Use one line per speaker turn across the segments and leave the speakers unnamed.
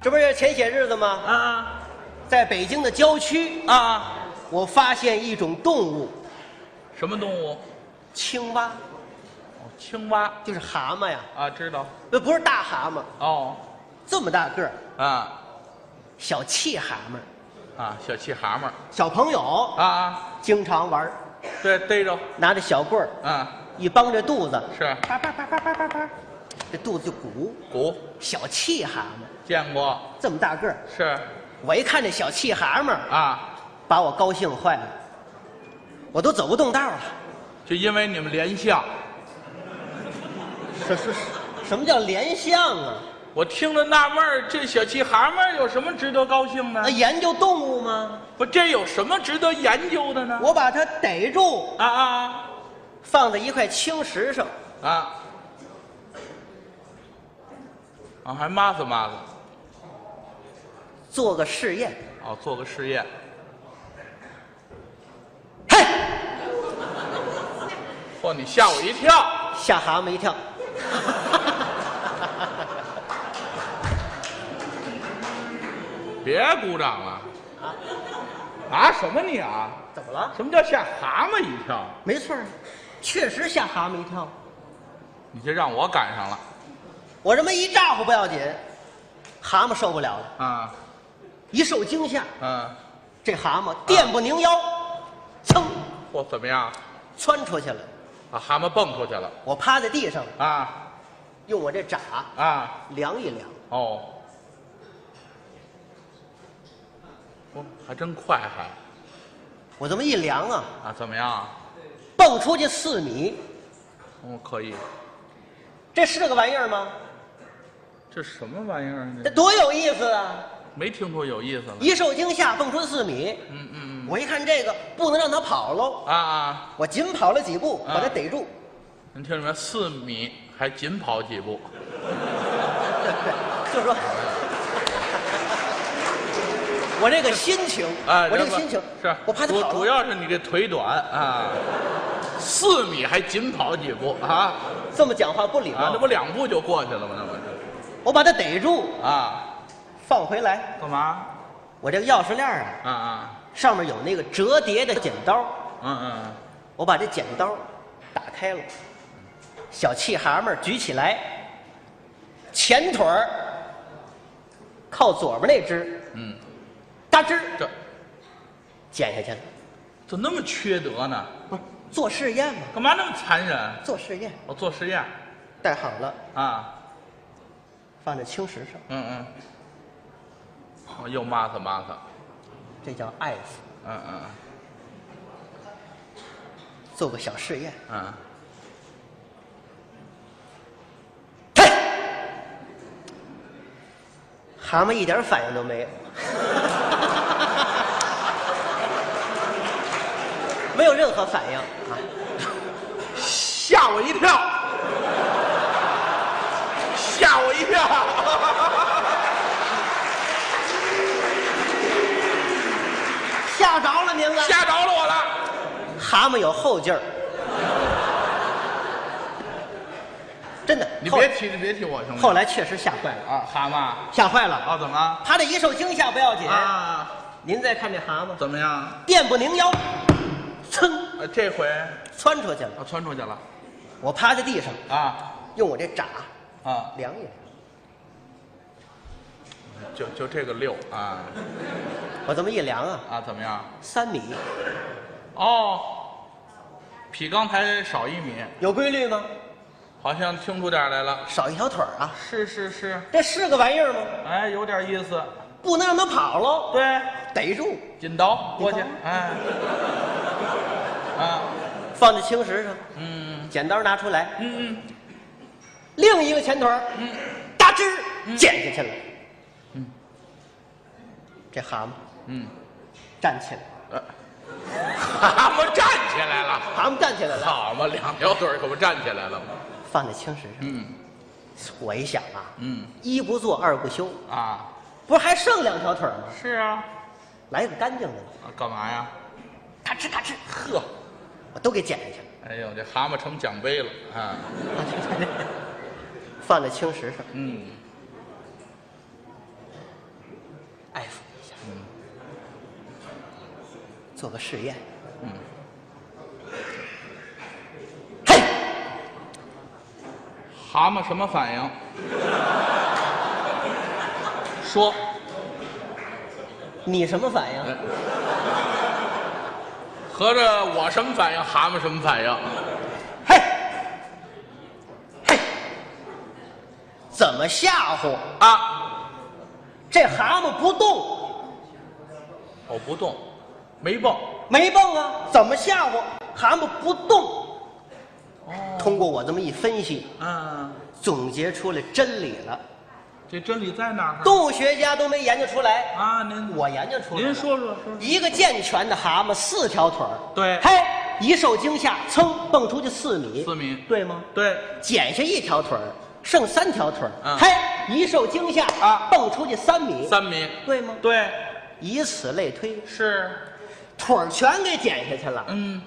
这不是前些日子吗？
啊
在北京的郊区，
啊啊！
我发现一种动物
什么动物？
——青蛙，
哦，青蛙
就是蛤蟆呀。
啊，知道
那不是大蛤蟆，
哦
这么大个儿，
啊
小气蛤蟆。
啊，小气蛤蟆
小朋友
啊啊，
经常玩儿，
对，逮着
拿着小棍儿
啊，
一帮着肚子，
是
叭叭叭叭叭叭叭，这肚子就鼓。
鼓
小气蛤蟆
见过
这么大个儿，
是
我一看这小气蛤蟆，
啊，
把我高兴坏了，我都走不动道了。
就因为你们连相，
什什什么叫连相啊？
我听着纳闷儿，这小气蛤蟆有什么值得高兴的
那？研究动物吗？
不，这有什么值得研究的呢？
我把它逮住，
啊啊
放在一块青石上，
啊！啊，还抹子抹子，
做个试验。
哦，做个试验，
嘿，
嚯、你吓我一跳！
吓蛤蟆一跳。
别鼓掌了，啊什么你啊？
怎么了？
什么叫吓蛤蟆一跳？
没错儿，啊确实吓蛤蟆一跳。
你这让我赶上了
我这么一咋呼不要紧，蛤蟆受不了了，
啊！
一受惊吓，
嗯，
这蛤蟆电不宁腰，噌，
嚯，怎么样？
窜出去了。
啊，蛤蟆蹦出去了
我趴在地上，
啊
用我这爪
啊！
量一量，
哦，哦，还真快还
我这么一量啊，
啊？怎么样？
蹦出去四米，
哦，可以。
这是个玩意儿吗？
这什么玩意儿啊？
这
这
多有意思啊！
没听说有意思了。
一受惊吓蹦出四米，
嗯嗯
我一看这个不能让它跑
嗯
喽，
啊啊！
我紧跑了几步，
啊
把它逮住。
您听着没？四米还紧跑几步？
就说，我这个心情，
啊，
我这
人
个
吧
心情
是，
我怕它
主
跑
主
了
要是你这腿短啊，四米还紧跑几步啊？
这么讲话不礼
啊，
貌
那。不两步就过去了吗？那不是
我把它逮住，
啊？
放回来。
干嘛？
我这个钥匙链儿啊，
啊啊，
上面有那个折叠的剪刀，
嗯嗯，
我把这剪刀打开了，小气蛤蟆举起来，前腿儿靠左边那只，
嗯，
嘎吱
这
剪下去了。
怎么那么缺德呢？
不是做试验嘛，
干嘛那么残忍？
做试验，
我做实验
戴好了，
啊，
放在青石上，
嗯嗯，我又抹擦抹擦，
这叫爱抚。
嗯嗯
做个小试验。
嗯，
嘿，蛤蟆一点反应都没有， 没有任何反应啊！
吓我一跳，吓我一跳，
吓着了您了。
吓着了我了，
蛤蟆有后劲儿，真的。
你
后
别提，你别提我行
后
吗？
来确实吓坏了，
啊，蛤蟆，
吓坏了。
啊，怎么
他这一受惊吓不要紧，
啊？
您再看这蛤蟆，
怎么样？
电不宁腰，噌
呃，这回
窜出去了。
我窜出去了
我趴在地上，
啊
用我这爪
啊！
量一量。
就就这个六啊
我这么一量啊，
啊，怎么样？
三米，
哦，比刚才少一米，
有规律吗？
好像听出点儿来了。
少一条腿儿啊，
是是是，
这是个玩意儿吗？
哎，有点意思。
不能让它跑喽，
对，
逮住，
锦刀过去
你，
哎，啊，
放在青石上，
嗯
剪刀拿出来，
嗯
另一个前腿儿，
嗯
嘎吱，剪下去了。
嗯
这蛤蟆
嗯
站起来，
嗯，蛤蟆站起来了，
蛤蟆站起来了，
好嘛，两条腿儿可不站起来了吗？
放在青石上。
嗯
我一想啊，
嗯
一不做二不休，
啊，
不是还剩两条腿儿吗？
是啊，
来个干净的吧，
啊干嘛呀？
嘎吱嘎吱，
呵，
我都给剪下去了，
哎呦，这蛤蟆成奖杯了啊！
放在青石上。
嗯，
做个试验。
嗯
嘿，
蛤蟆什么反应？说，
你什么反应？
合着我什么反应，蛤蟆什么反应？
嘿，
哎
嘿，怎么吓唬？
啊，
这蛤蟆不动，
我哦不动，没蹦。
没蹦啊？怎么吓唬？蛤蟆不动。通过我这么一分析，
哦啊，
总结出来真理了。
这真理在哪儿？
动物学家都没研究出来，
啊，您
我研究出来了。
您说说说。
一个健全的蛤蟆四条腿儿，
对
嘿，一受惊吓，噌蹦出去四米，
四米
对吗？
对，
减下一条腿儿，剩三条腿儿，
嗯
嘿，一受惊吓
啊
蹦出去三米，
三米。
对吗？
对，
以此类推，
是。
腿儿全给减下去了，
嗯，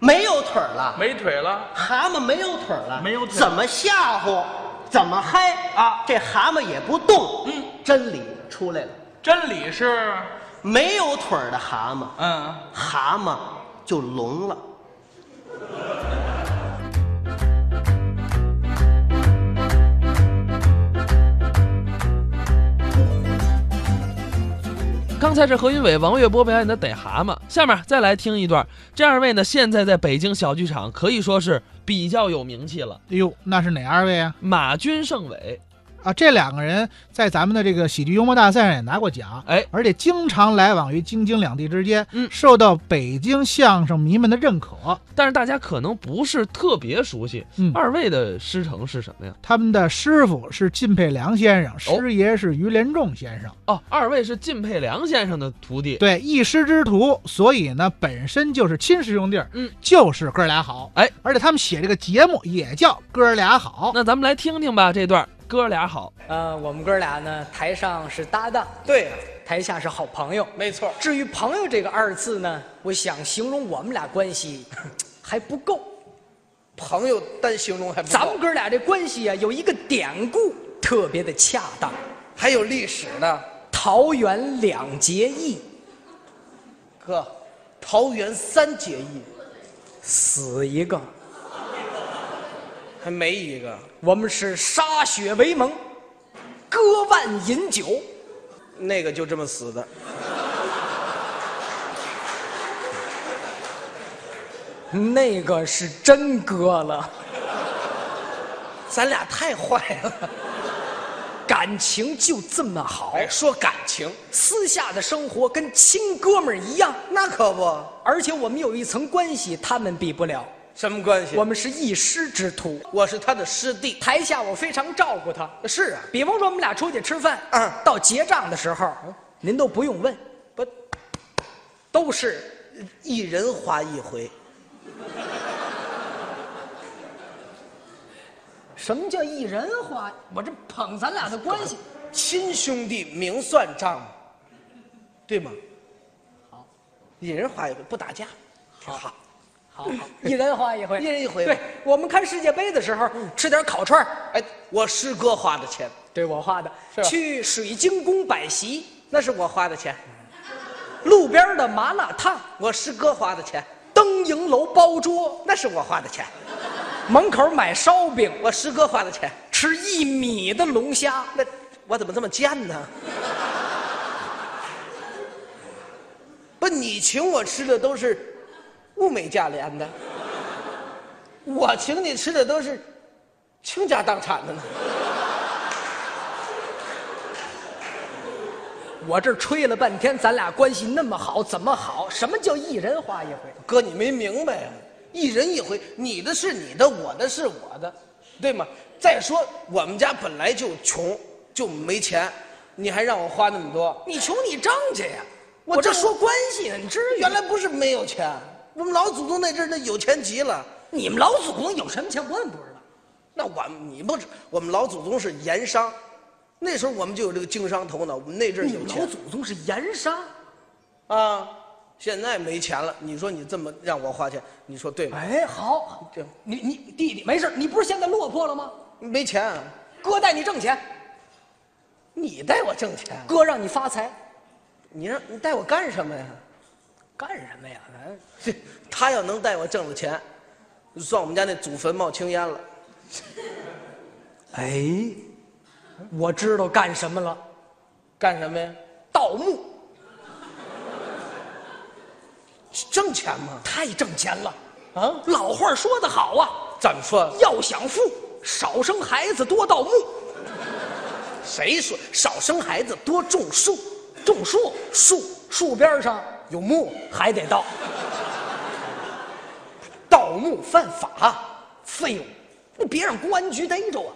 没有腿儿了，
没腿了。
蛤蟆没有腿儿了，
没有腿儿
怎么吓唬，怎么嗨
啊
这蛤蟆也不动，
嗯，
真理出来了，
真理是，
没有腿儿的蛤蟆，
嗯，
蛤蟆就聋了。
刚才是何云伟、王月波表演的《逮蛤蟆》，下面再来听一段。这二位呢，现在在北京小剧场可以说是比较有名气了。
哎呦，那是哪二位啊？
马军、盛伟，
啊，这两个人在咱们的这个喜剧幽默大赛上也拿过奖，
哎，
而且经常来往于京津两地之间，
嗯
受到北京相声迷们的认可。
但是大家可能不是特别熟悉。
嗯
二位的师承是什么呀？
他们的师傅是靳佩良先生，师爷是于连仲先生。
哦，二位是靳佩良先生的徒弟。
对，一师之徒，所以呢，本身就是亲师兄弟儿，
嗯，
就是哥俩好。
哎，
而且他们写这个节目也叫哥俩好。
那咱们来听听吧，这段哥俩好。
呃，我们哥俩呢，台上是搭档，
对，
台下是好朋友。
没错。
至于“朋友”这个二字呢，我想形容我们俩 关系还不够。
朋友单形容还不
咱们哥俩这关系啊，有一个典故特别的恰当，
还有历史呢，
桃园两结义，
哥，桃园三结义
死一个。
还没一个，
我们是歃血为盟，割腕饮酒，
那个就这么死的。
那个是真割了，
咱俩太坏了，
感情就这么好。
哎，说感情
私下的生活跟亲哥们儿一样，
那可不，
而且我们有一层关系，他们比不了。
什么关系？
我们是一师之徒，
我是他的师弟，
台下我非常照顾他。
是啊，
比方说我们俩出去吃饭，
嗯
到结账的时候，您都不用问，
不，
都是
一人花一回，
什么叫一人花？我这捧咱俩的关系，
亲兄弟明算账嘛，对吗？好，一人花一回，不打架，好，
好，好， 一人花一回，
一人一回吧
对，我们看世界杯的时候，吃点烤串儿
哎，我师哥花的钱，
对我花的
是，吧
去水晶宫摆席，
那是我花的钱，
路边的麻辣烫，
我师哥花的钱，
登瀛楼包桌，
那是我花的钱，
门口买烧饼，
我师哥花的钱，
吃一米的龙虾，
那我怎么这么贱呢？不，你请我吃的都是物美价廉的，我请你吃的都是倾家荡产的呢。
我这吹了半天，咱俩关系那么好，怎么好？什么叫一人花一回？
哥，你没明白啊？一人一回，你的是你的，我的是我的，对吗？再说我们家本来就穷，就没钱，你还让我花那么多，
你穷你挣去呀！
我
我这
挣
说关系呢，你至于？
原来不是没有钱，我们老祖宗那阵儿那有钱极了。
你们老祖宗有什么钱，我怎么不知道？
那我们你不知，我们老祖宗是盐商，那时候我们就有这个经商头脑，我们那阵儿
你
有
们老
钱
祖宗是盐商，
啊。现在没钱了，你说你这么让我花钱，你说对吗？
哎，好
这，
你你弟弟没事，你不是现在落魄了吗？
没钱、啊，
哥带你挣钱，
你带我挣钱，啊
哥让你发财，
你让你带我干什么呀？
干什么呀？哎 咱
这他要能带我挣了钱，算我们家那祖坟冒青烟了。
哎，我知道干什么了，
干什么呀？
盗墓
挣钱吗？
太挣钱了。
啊？
老话说得好啊，
怎么说？
要想富，少生孩子，多盗墓。
谁说少生孩子多种树？
种树，
树
树边上
有墓，
还得盗，
盗墓犯法，
废物，你别让公安局逮着啊！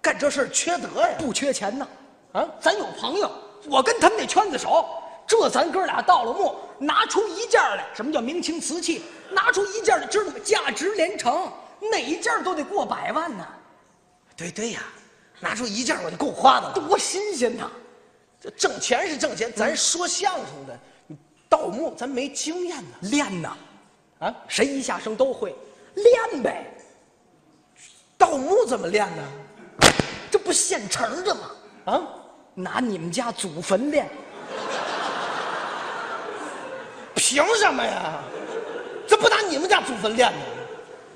干这事儿缺德呀！
不缺钱呢，
啊，
咱有朋友，我跟他们那圈子熟，这咱哥俩盗了墓，拿出一件来，什么叫明清瓷器？拿出一件来，知道吗？价值连城，哪一件都得过百万呢，
对对呀，拿出一件我就够花的了。
多新鲜呐！
这挣钱是挣钱，咱说相声的，你盗墓咱没经验呢。
练呐，
啊，
谁一下生都会，练呗，
盗墓怎么练呢？
这不现成的吗？
啊，
拿你们家祖坟练，
凭什么呀？这不拿你们家祖坟练吗？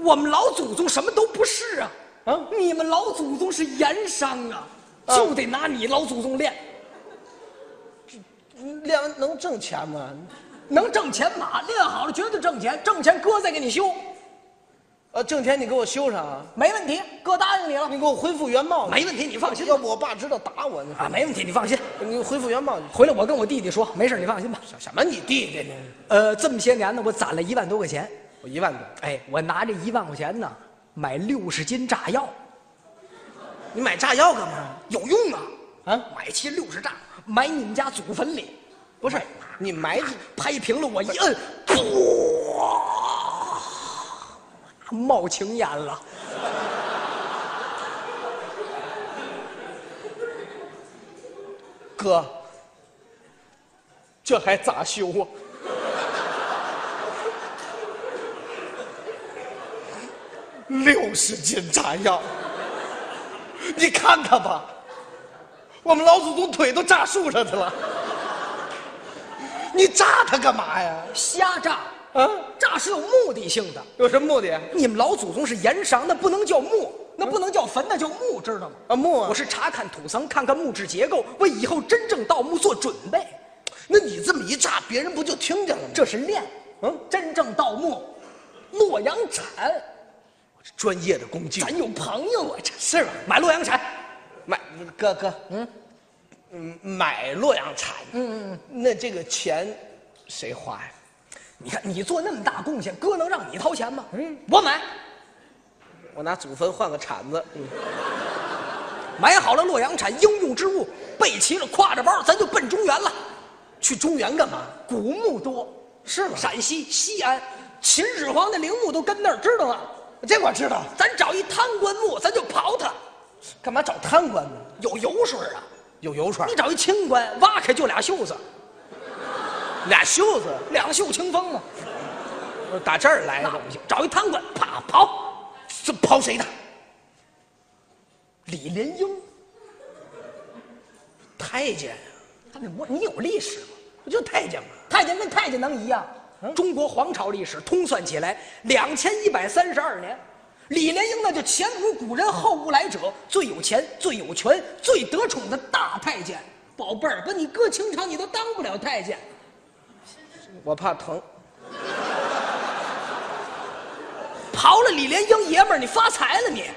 我们老祖宗什么都不是啊！
啊
你们老祖宗是盐商啊，
啊
就得拿你老祖宗练，
练完能挣钱吗？
能挣钱马练好了绝对挣钱，挣钱哥再给你修，
呃，挣钱你给我修上啊，
没问题，哥答应你了
你给我恢复原貌去。
没问题你放心
要不我爸知道打我呢。
啊，没问题，你放心。
你恢复原貌去。
回来我跟我弟弟说，没事，你放心吧。
什么？你弟弟呢？
呃，这么些年呢，我攒了一万多块钱，
我一万多。
哎，我拿这一万块钱呢，买六十斤炸药，
你买炸药干嘛？
有用啊！
啊，
买齐六十炸，埋你们家祖坟里，
不是，你埋去
拍平了，我一摁，噗，冒青烟了。
哥，这还咋修啊？六十斤炸药，你看看吧，我们老祖宗腿都炸树上去了，你炸它干嘛呀？
瞎炸，
啊，
炸是有目的性的。
有什么目的？
你们老祖宗是盐商，那不能叫墓，那不能叫坟，那叫墓，知道吗？
啊墓啊
我是查看土层，看看木质结构，为以后真正盗墓做准备。
那你这么一炸，别人不就听见了吗？
这是练，
嗯
真正盗墓，洛阳铲，
专业的工具
咱有朋友啊，这是吧？买洛阳铲，
买哥哥，嗯，嗯，买洛阳铲，嗯嗯，那这个钱谁花呀？
你看你做那么大贡献，哥能让你掏钱吗？嗯，我买，
我拿祖坟换个铲子，嗯，
买好了洛阳铲，应用之物备齐了，挎着包，咱就奔中原了。
去中原干嘛？
古墓多，
是吗
陕西西安，秦始皇的陵墓都跟那儿，知道吗？
这我知道，
咱找一贪官墓，咱就刨它，
干嘛找贪官呢？
有油水啊！
有油水
你找一清官，挖开就俩袖子，
俩袖子
两袖清风嘛，
打这儿来
那
的，
不行。找一贪官，啪刨，
这刨谁的？
李莲英，
太监呀，
他那我你有历史吗？
不就太监吗？
太监跟太监能一样？嗯中国皇朝历史通算起来两千一百三十二年，李莲英那就前无古人后无来者，最有钱、最有权、最得宠的大太监。宝贝儿，把你搁清朝你都当不了太监。
我怕疼，
刨了李莲英爷们儿，你发财了你！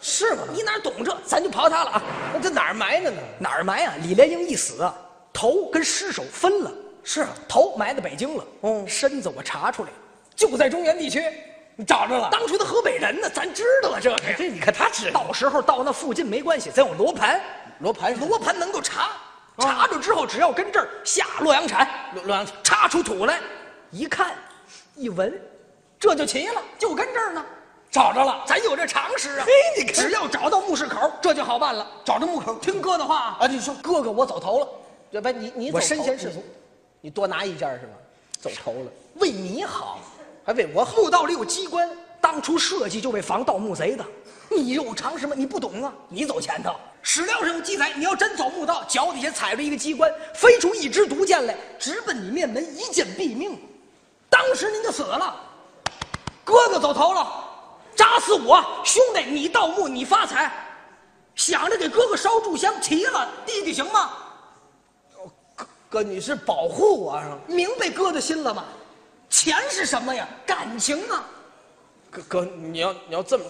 是吗？
你哪懂这？咱就刨他了啊！
那这哪儿埋的呢？
哪儿埋啊？李莲英一死啊，头跟尸首分了。是啊，头埋在北京了。
哦
身子我查出来了，就在中原地区。
你找着了？哎
当初的河北人呢，咱知道啊，这个呀
这你看他知道，
到时候到那附近没关系，咱有罗盘，
罗盘是哦
罗盘能够查，查着之后只要跟这儿下洛阳铲，
洛洛阳铲
插出土来，一看，一闻，这就齐了，就跟这儿呢，找着了，咱有这常识啊。嘿，你看，只要找到墓室口，这就好办了。
找着墓口
听哥的话啊
啊！你说，
哥哥，我走头了，
这不你你
我
走
身
头
先士卒，
你多拿一件是吧？走头了，
为你好。
还为我好。
墓道里有机关，当初设计就为防盗墓贼的。你有常识吗？你不懂啊！你走前头，史料上有记载，你要真走墓道，脚底下踩着一个机关，飞出一支毒箭来，直奔你面门，一箭毙命。当时您就死了。哥哥走头了，扎死我！兄弟，你盗墓，你发财，想着给哥哥烧炷香，齐了，弟弟行吗？
哥，你是保护我是吗？
啊明白哥的心了吗？钱是什么呀？感情啊！
哥哥，你要你要这么，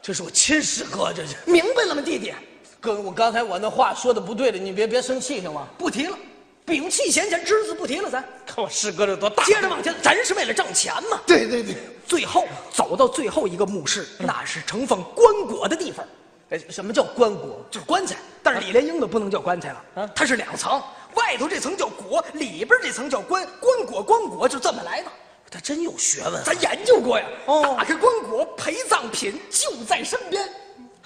这是我亲师哥，这是。
明白了吗，弟弟？
哥，我刚才我那话说的不对的，你别别生气行吗？
不提了，摒弃闲钱，只字不提了。咱
看我师哥这多大
接着往前，咱是为了挣钱嘛。
对对对，
最后走到最后一个墓室，那是盛放棺椁的地方，
哎，什么叫棺椁？啊
就是棺材。但是李莲英的不能叫棺材了，它是两层，外头这层叫椁，里边这层叫棺。棺椁，棺椁就这么来的。
他真有学问啊。
咱研究过呀。
哦
打开棺椁，陪葬品就在身边，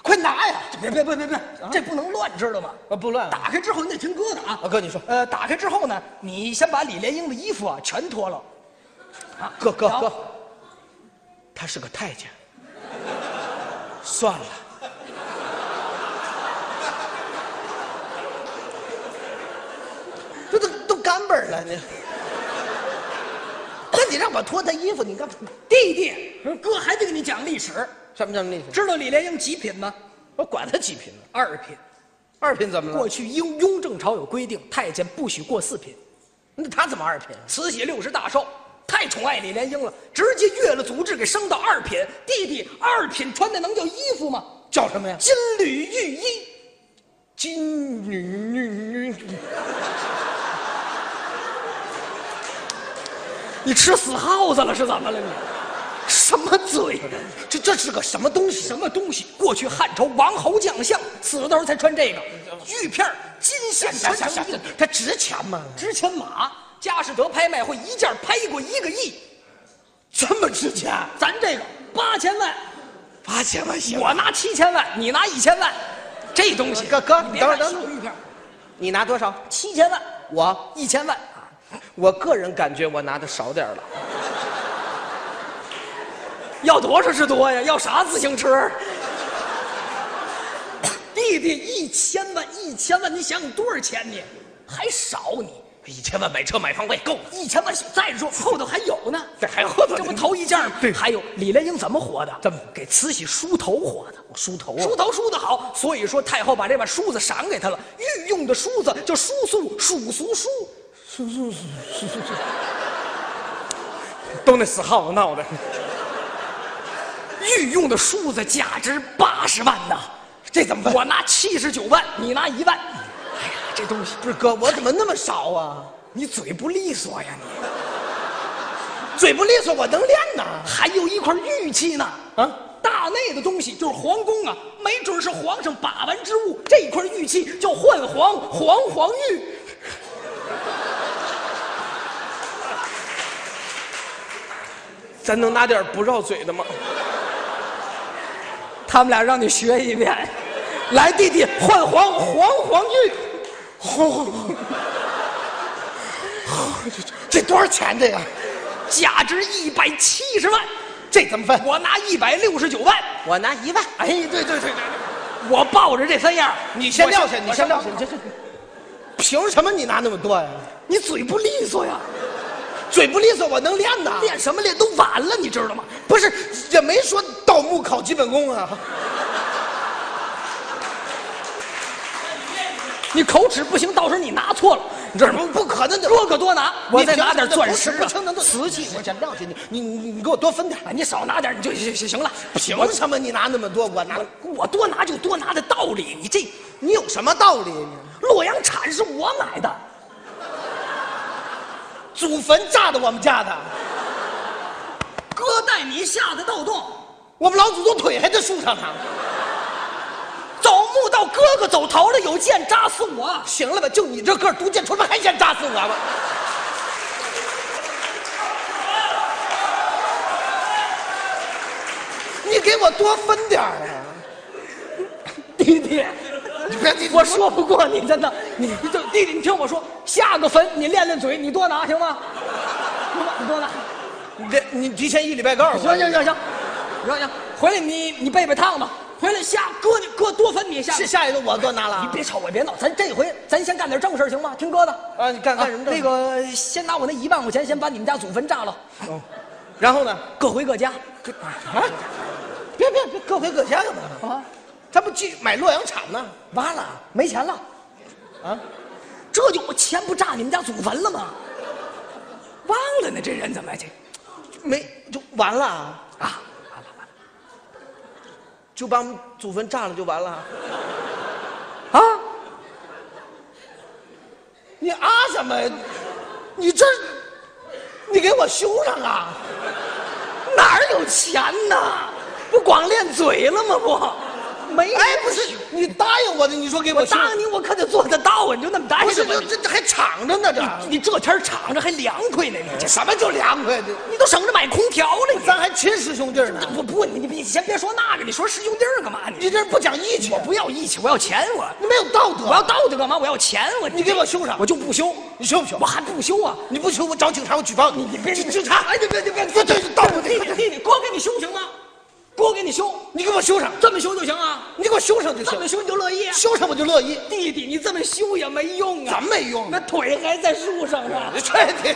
快拿呀！别别别别别，这不能乱，知道吗？
啊，不乱了。
打开之后你得听哥的啊。
啊哥你说
呃，打开之后呢，你先把李莲英的衣服啊全脱了。啊
哥哥
然后
哥，他是个太监。算了，这都都干本了你。那你让我脱他衣服，你干嘛？
弟弟，哥还得给你讲历史。
什么什么意思？
知道李莲英几品吗？
我管他几品呢？
二品。
二品怎么
过
了？
去雍雍正朝有规定，太监不许过四品。
那他怎么二品啊？
慈禧六十大寿，太宠爱李莲英了，直接越了祖制给升到二品。弟弟，二品穿的能叫衣服吗？
叫什么呀？
金缕玉衣，
金女女女，
你吃死耗子了是怎么了你？什么嘴？
这这是个什么东西？
什么东西？过去汉朝王侯将相死的时候才穿这个，玉片儿金线穿成一个，
它值钱吗？
值钱马。佳士得拍卖会一件拍过一个亿，
这么值钱？
咱这个八千万，
八千万行。
我拿七千万，你拿一千万，这东西
哥哥
你
你
别
等会儿
看
等会
小
儿
玉片儿，
你拿多少？
七千万，
我
一千万啊，
我个人感觉我拿的少点儿了。
要多少是多呀？要啥自行车？ 弟弟，一千万，一千万，你想想多少钱你？还少你
一千万买车买房我也够了。
一千万！再说后头还有呢，
这还有后头
这不头一件吗？还有李莲英怎么活的？
怎么
给慈禧梳头活的？
梳头啊
梳头梳得好，所以说太后把这把梳子赏给他了。御用的梳子叫梳素，蜀俗梳。
都那死耗子闹的。
御用的梳子价值八十万呐，
这怎么办
我拿七十九万，你拿一万。哎呀，这东西
不是哥，我怎么那么少啊？
你嘴不利索呀你！
嘴不利索，我能练呐。
还有一块玉器呢，
啊，
大内的东西就是皇宫啊，没准是皇上把玩之物。这块玉器叫幻黄黄黄玉。
咱能拿点不绕嘴的吗？
他们俩让你学一遍，来，弟弟，换黄黄黄玉，
轰轰轰！ 这多少钱这个？
价值一百七十万，
这怎么分？
我拿一百六十九万。
我拿一万。
哎，对对对对，我抱着这三样，
你先
我上
撂下，你先撂下，你这这。凭什么你拿那么多呀？
你嘴不利索呀，
嘴不利索，我能练呐。
练什么练都晚了，你知道吗？
不是，也没说盗墓考基本功啊。
你口齿不行，到时候你拿错了，你知道吗？
不可能的。
多个多拿，我再拿点钻石
不
啊，
轻的瓷器，我想撂下你，你你你给我多分点。
你少拿点你就行行行了，
凭什么你拿那么多，我拿？
我多拿就多拿的道理，你这
你有什么道理？啊
洛阳铲是我买的。
祖坟炸的我们家的，
哥带你下的盗洞，
我们老祖宗腿还在树上呢。
走墓道哥哥走头了，有剑扎死我。
行了吧，就你这个儿，毒箭出门还想扎死我吗？你给我多分点儿啊！
弟弟，
你别你
我说不过你，真的。你你就弟弟，你听我说，下个坟你练练嘴，你多拿行吗？行吗？你多拿。
你这你提前一礼拜告诉我。
行行行行，行行，回来你你备备烫吧。回来下哥你哥多分你下。
是下一个我哥拿了
你
啊。
别吵我，别闹，咱这回咱先干点正事儿行吗？听哥的。
啊，你干干什么正
啊那
事？
个，先拿我那一万块钱，先把你们家祖坟炸了，
哦然后呢？
各回各家。
啊！别别别，各回各家干嘛呢？
啊，
他不去买洛阳铲呢？
完了，没钱了，
啊，
这就我钱不炸你们家祖坟了吗？忘了呢，这人怎么这
没就完了啊，
啊？
就把我们祖坟炸了就完了。
啊，
你啊什么？你这，你给我修上啊！
哪儿有钱呐？不光练嘴了吗？不，没
哎，不是，你答应我的，你说给我
我
修，
答应你，我可得做得到啊！你就那么答
不
应
是
着吧
这这这还敞着呢，这
你你这天儿敞着还凉快呢，你这
什么就凉快的？
你都省着买空调了，你
咱还亲师兄弟呢，
不不，你你先别说那个，你说师兄弟儿干嘛？你
你这不讲义气，啊
我不要义气，我要钱，我
你没有道德。啊
我要道德干嘛？我要钱，我
你给我修上
我就不修，
你修不修
我？还不修啊！
你不修，我找警察，我举报你。你别警察，哎，你别你别，这这道德，
弟弟弟弟，给我给你修行吗？给我给你修，
你给我修上，
这么修就行啊？
你给我修上就
这么
行，
修你就乐意啊？
修上我就乐意。
弟弟，你这么修也没用啊，
咱没用
那腿还在树上呢。
你踹你！